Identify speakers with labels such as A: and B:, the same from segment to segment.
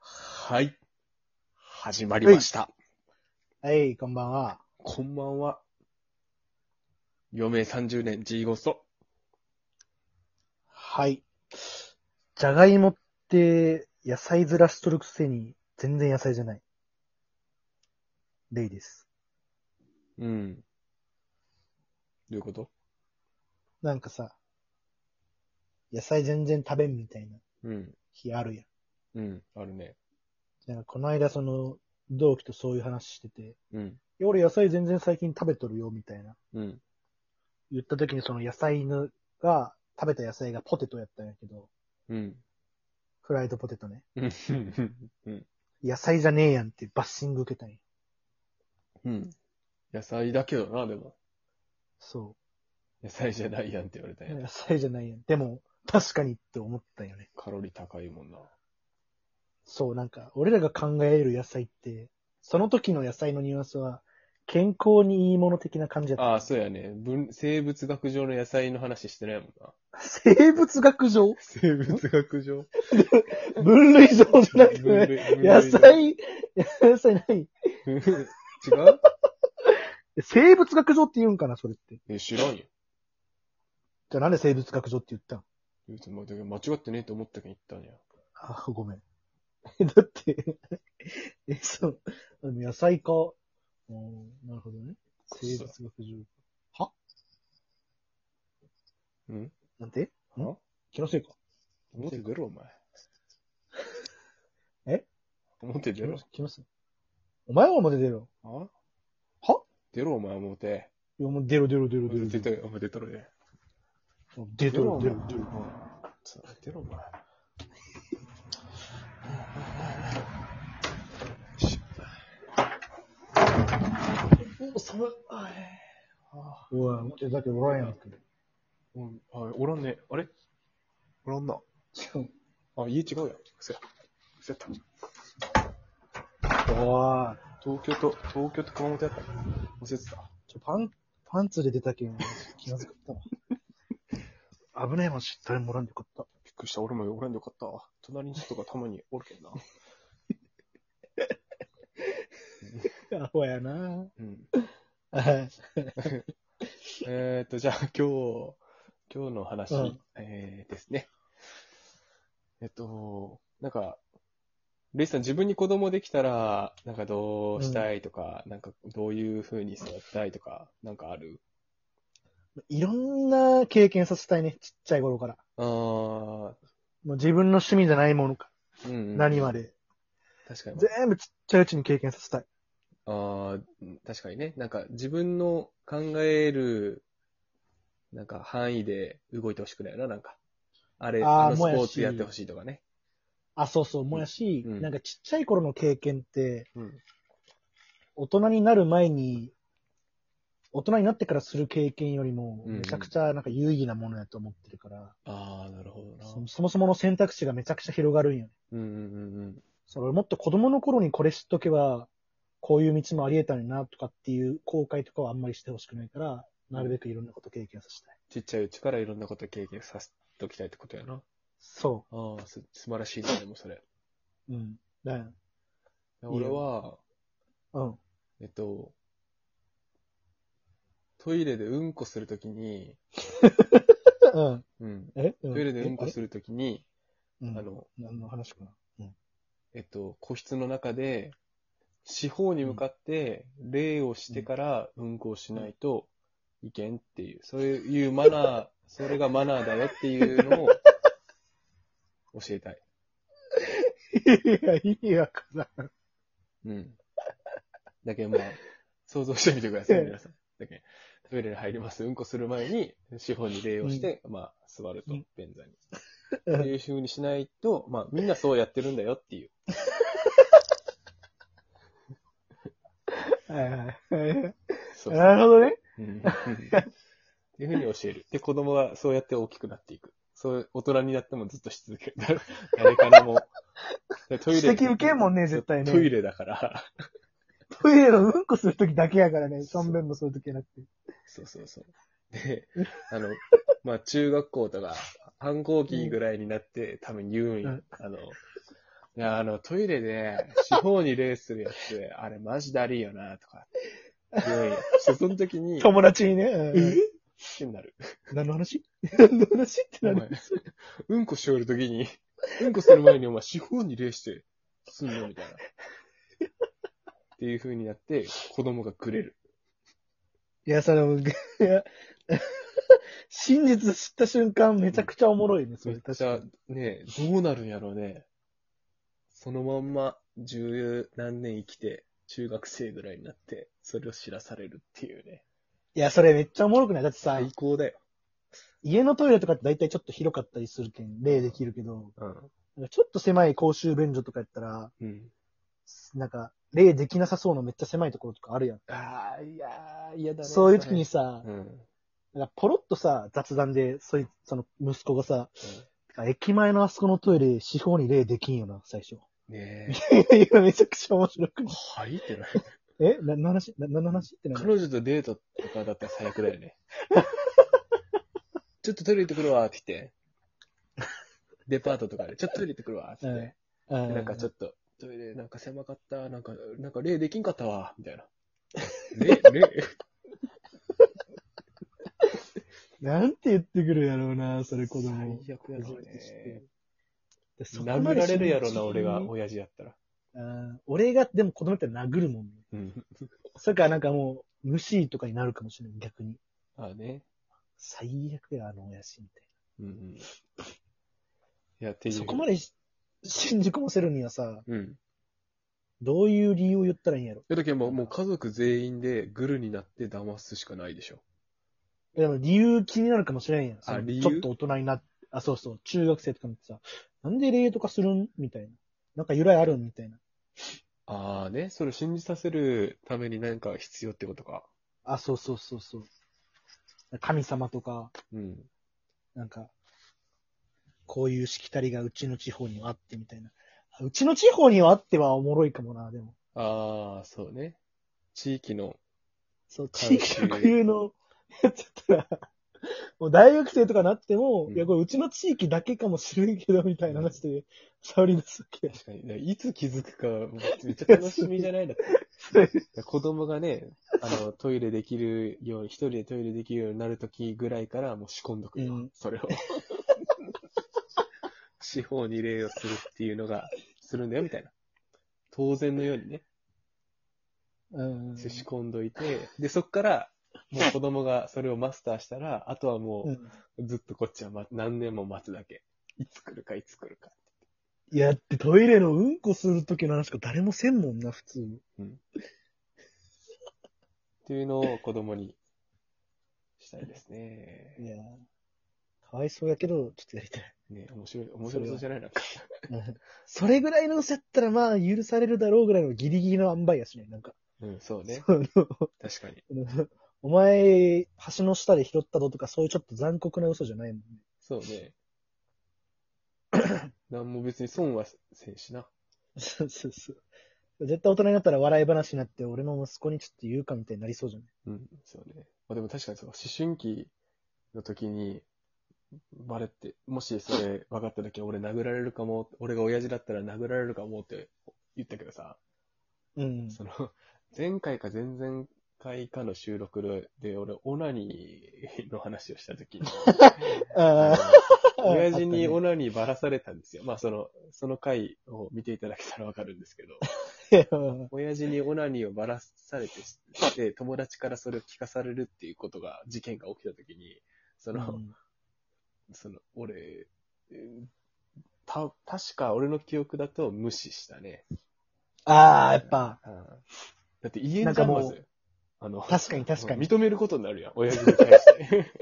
A: はい。始まりました。
B: はい、こんばんは。
A: こんばんは。余命30年 G ゴスト。
B: はい。じゃがいもって、野菜ずらしとるくせに、全然野菜じゃない。レイです。
A: うん。どういうこと
B: なんかさ、野菜全然食べんみたいな
A: うん。
B: 日あるやん。
A: うん。あるね。
B: なんかこの間その、同期とそういう話してて、い
A: うん。
B: や俺野菜全然最近食べとるよ、みたいな。
A: うん。
B: 言った時にその野菜のが、食べた野菜がポテトやったんやけど、
A: うん。
B: フライドポテトね。
A: うん。うん。
B: 野菜じゃねえやんってバッシング受けたんや。
A: うん。野菜だけどな、でも。
B: そう。
A: 野菜じゃないやんって言われたんや。
B: 野菜じゃないやん。でも、確かにって思ったよね。
A: カロリー高いもんな。
B: そう、なんか、俺らが考える野菜って、その時の野菜のニュアンスは、健康にいいもの的な感じだ
A: あ
B: っ
A: あ、そうやね。分、生物学上の野菜の話してないもんな。
B: た。生物学上
A: 生物学上
B: 分類上じゃなくて
A: 分
B: ね、
A: 類分類
B: 野菜、野菜何
A: 違う
B: 生物学上って言うんかな、それって。
A: え、知らんよ。
B: じゃあなんで生物学上って言ったん
A: 別にまだ間違ってねえと思ったけど言ったんや。
B: あ、ごめん。 だって、え、そう、野菜か。うんなるほどね。生物学上。
A: うん
B: なんて
A: は
B: 気のせいか。
A: 表出ろ、お 前。
B: え
A: 表出ろ。
B: 気のせい。お前は表出ろ。
A: は
B: は
A: 出ろ、お前、表。
B: いや、もう出ろ出ろ出ろ出ろ。
A: 出て、お前出とるで。
B: 出ろ出ろ出ろ。
A: そう出ろ、お前。お、寒い。ああ
B: おい、表だけおらんやんけ。
A: おあおらんね。あれおらんな。あ、家違うやん。そうや。そうやった。
B: おい、
A: 東京と、東京と熊本やった。忘れてた。
B: ちょ、パン、パンツで出たけん、気まずかった わ。危ねえマジ、誰もおらんでよかった。
A: びっくりした。俺もおらんでよかったわ。隣の人がたまにおるけんな。
B: アホや な
A: うん。
B: はい。
A: えーっと、じゃあ 今日、今日の話、
B: うん
A: えーですね。えっと、なんか、レイさん自分に子供できたら、なんかどうしたいとか、なんかどういう風に育てたいとか、なんかある
B: いろんな経験させたいね、ちっちゃい頃から。
A: あー、
B: もう自分の趣味じゃないものか、
A: うんうん、
B: 何まで。
A: 確かに。
B: 全部ちっちゃいうちに経験させたい。
A: ああ、確かにね。なんか自分の考える、なんか範囲で動いてほしくないよな、なんか。あれ、
B: あー
A: あのスポ
B: もや
A: ー
B: し
A: ツやってほしいとかね。
B: あ、そうそう、もやし、
A: うん
B: なんかちっちゃい頃の経験って、
A: うん。
B: 大人になる前に、大人になってからする経験よりも、
A: うんうん
B: めちゃくちゃなんか有意義なものやと思ってるから、
A: ああ、なるほどな。
B: そそもそもの選択肢がめちゃくちゃ広がるんよね。
A: うんうんうんうん。
B: それもっと子供の頃にこれ知っとけば、こういう道もあり得たのになとかっていう後悔とかはあんまりしてほしくないから、なるべくいろんなこと経験させたい。
A: ちっちゃいうちからいろんなこと経験させておきたいってことやな。
B: そ
A: ああ、す、素晴らしいね、でもそれ。
B: う。うん。だよ。
A: 俺は、
B: うん。
A: えっと、トイレでうんこするときに、
B: うん。
A: うん。
B: えト
A: トイレでうんこす
B: る。
A: るときに、
B: あ
A: あ
B: の、
A: の、
B: 何の話かな。
A: えっと、個室の中で、四方に向かって、礼をしてから運行しないといけんっていう、そういうマナー、それがマナーだよっていう のを教えたい。
B: いや、意味わからん。
A: うん。だけどまあ、想像してみてください、皆さん。だけどトイレに入ります、うんこする前に、四方に礼をして、まあ、座ると
B: うん、
A: 便座に。
B: うん
A: っていう風にしないと、まあ、みんなそうやってるんだよっていう。
B: はいはいはい。
A: そう
B: なるほどね。
A: うんっていうふうに教える。で、子供はそうやって大きくなっていく。そう、大人になってもずっとし続ける。誰誰からも。ト
B: 指摘受けんもんね絶対ね
A: トイレだから。
B: トイレのうんこするときだけやからね。しょんべんもそういうときなくて。
A: そうそうそう。で、あの、まあ、中学校とか、反抗期ぐらいになって、多分言うんよ
B: うん
A: あの、いや、あの、トイレで、四方に礼するやつ、あれマジだりいよな、とか。いやいや、その時に、好
B: 友達にね、うん
A: きになる。
B: 何の話何の話って
A: お
B: な
A: 前
B: る。、
A: うんこしおる時に、うんこする前にお前、四方に礼して、すんのみたいな。っていう風になって、子供がくれる。
B: いや、それも、いや 真実知った瞬間、めちゃくちゃおもろいね、そ
A: め
B: れ。
A: っ
B: 確
A: ち
B: か
A: ゃ
B: に。、
A: ねどうなるんやろうね。そのまんま、十何年生きて、中学生ぐらいになって、それを知らされるっていうね。
B: いや、それめっちゃおもろくないだってさ、
A: 最高だよ。
B: 家のトイレとかって大体ちょっと広かったりするけん、例できるけど、
A: うん。
B: なんかちょっと狭い公衆便所とかやったら、
A: うん。
B: なんか、例できなさそうなめっちゃ狭いところとかあるやん。
A: ああ、いやー、嫌だね
B: そういう時に、さ
A: そ、れうん。
B: なんかポロッとさ、雑談で、そい、その息子がさ、てか駅前のあそこのトイレ、四方に例できんよな、最初。
A: ねえ。
B: いやいや、めちゃくちゃ面白くない。
A: はいってな。
B: えな、何の話な、何の話ってなる
A: 彼女とデートとかだったら最悪だよ ね。ちょっとトイレ行ってくるわって言って。デパートとかで、ちょっとトイレ行ってくるわって言って。でなんかちょ
B: っ
A: っと、トイレなんか狭かった、なんか、なんか礼できんかったわ、みたいな。礼、礼
B: と。なんて言ってくるやろうな、それ子供。
A: 最悪やろう
B: 初めて知って
A: ね
B: る。でそこま
A: 殴
B: で
A: られるやろな、
B: 真
A: 俺が、
B: 剣に
A: 親父やったら。
B: あー俺が、でも子供って殴るもんね。
A: うん。
B: それからなんかもう、無視とかになるかもしれない、逆に。
A: ああね。
B: 最悪や、あの親父みたい
A: うんうん。いやってい
B: な。
A: う。
B: そこまでし信じ込ませるにはさ、
A: うん。
B: どういう理由を言ったらいいんやろ。
A: え、だけどもう、もう家族全員でグルになって騙すしかないでしょ。
B: でも理由気になるかもしれんやん。その
A: 理由
B: ちょっと大人になって、あ、そうそう、中学生とか見てさ、なんで礼とかするんみたいな。なんか由来あるんみたいな。
A: ああね、それを信じさせるために何か必要ってことか。
B: あ、そうそうそうそう。神様とか、
A: うん。
B: なんか、こういうしきたりがうちの地方にはあってみたいな。あうちの地方にはあってはおもろいかもな、でも。
A: ああ、そうね。地域の、
B: そう、
A: 関
B: 地域
A: 西
B: 特有のやつだったら、もう大学生とかなっても、
A: うん
B: いや、これうちの地域だけかもしれんけど、みたいな話で、触り出すわけや。
A: 確かに、いつ気づくか、めっちゃ楽しみじゃないだって。 子供がね、あの、トイレできるように、一人でトイレできるようになるときぐらいからもう仕込んどくよ、
B: うん
A: それ を。四方に礼をするっていうのが、するんだよ、みたいな。当然のようにね、
B: うん。
A: 仕込んどいて、で、そっから、もう子供がそれをマスターしたら、あとはもう、
B: うん
A: ずっとこっちは、ま、何年も待つだけ。いつ来るか、いつ来るか。
B: いや、だってトイレのうんこするときの話とか誰もせんもんな、普通。
A: っていうのを子供にしたいですね。
B: いや、かわいそうやけど、ちょっとやりたい。
A: ね面白い、面白そうじゃないなんか。
B: うんそれぐらいの嘘やったら、まあ、許されるだろうぐらいのギリギリの塩梅やしね、なんか。
A: うん、そうね。
B: その
A: 確かに。
B: お前、橋の下で拾ったのとか、そういうちょっと残酷な嘘じゃないもんね。
A: そうね。 なんも別に損はせんしな。
B: そうそうそう。絶対大人になったら笑い話になって、俺の息子にちょっと言うかみたいになりそうじゃない
A: うん、そうね。まあ、でも確かにそう、思春期の時に、バレて、もしそれ分かった時俺殴られるかも、俺が親父だったら殴られるかもって言ったけどさ、
B: うん。
A: その、前回か前々回かの収録で、俺、オナニーの話をした時 に、
B: ああ。
A: 親父にオ
B: あっ
A: ナニーばらされたんですよ。まあ、その、その回を見ていただけたらわかるんですけど、
B: たねうん
A: 親父にオナニーをばらされてして、 友達からそれを聞かされるっていうことが、事件が起きた時に、その、その、俺、えーた、確か俺の記憶だと無視したね。
B: ああ、やっぱ、
A: うんだって言え
B: な
A: ん
B: ん
A: じ
B: か
A: ゃん、ま
B: もう
A: ず。あの、
B: 確かに確かに。
A: 認めることになるやん、親父に対して。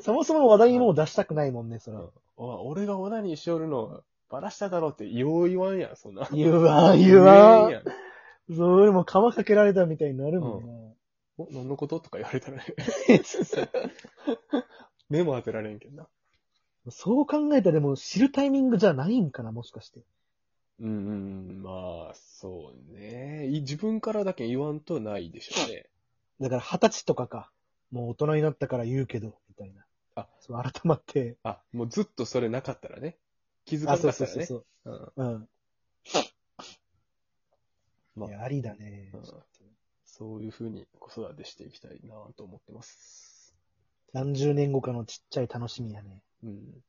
B: そもそも話題にもう出したくないもんね、それ。
A: お俺がオナニーしおるのバラしただろうってよう言わんやん、そんな。
B: 言うわ、言うわ
A: 言えん。やん
B: それも鎌かけられたみたいになるもんな。
A: お、何のこととか言われ たらね。 目も当てられんけんな。
B: そう考えたらでも知るタイミングじゃないんかな、もしかして。
A: うんうん、まあ、そうね。い自分からだけ言わんとないでしょうね。
B: だから二十歳とかか。もう大人になったから言うけど、みたいな。
A: あ
B: そう、改まって。
A: あ、もうずっとそれなかったらね。気づか
B: あ、
A: なか
B: そう
A: った
B: そう
A: ら
B: そう
A: ね。
B: そう。
A: うん
B: うん。
A: まあ
B: いや、ありだね。
A: うんそういうふうに子育てしていきたいなと思ってます。
B: 何十年後かのちっちゃい楽しみやね。
A: うん。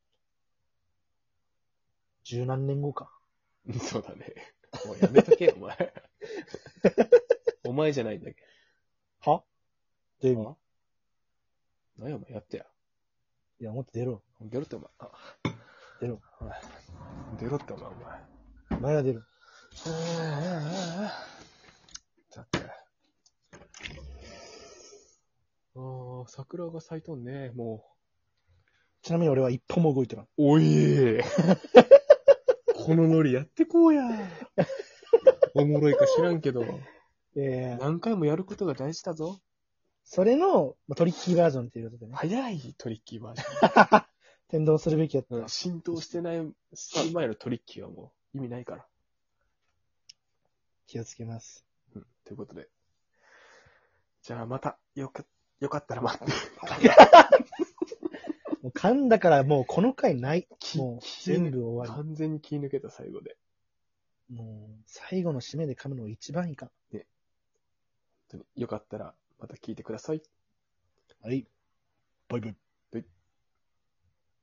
B: 十何年後か。
A: そうだね。もうやめとけよ、お 前。お前じゃないんだけ
B: はデビ
A: ど。
B: ー。
A: あ何や、お前、やってや。
B: いや、もっと出ろ。
A: 出ろって、お前。あ
B: 出ろ。
A: お前出ろって、お前、お前。
B: お前が出ろ。
A: だって。ああ、桜が咲いとんね、も
B: ちなみに俺は一歩も動いてない。
A: う。おいーこのノリやってこうや。おもろいか知らんけど、
B: ええ
A: 何回もやることが大事だぞ。
B: それの、まあ、トリッキーバージョンっていうことでね。
A: 早いトリッキーバージョン。
B: 転倒するべきやった。
A: うん浸透してない、する前のトリッキーはもう意味ないから。
B: 気をつけます。
A: うん。ということで。じゃあまた、よか、よかったら待って。
B: もう噛んだからもうこの回ない。
A: き
B: もう
A: き
B: 全部終わ
A: 完全に気抜けた最後で。
B: り。もう最後の締めで噛むのが一番いいか。
A: 本当によかったらまた聞いてください。
B: はい。バイバイ。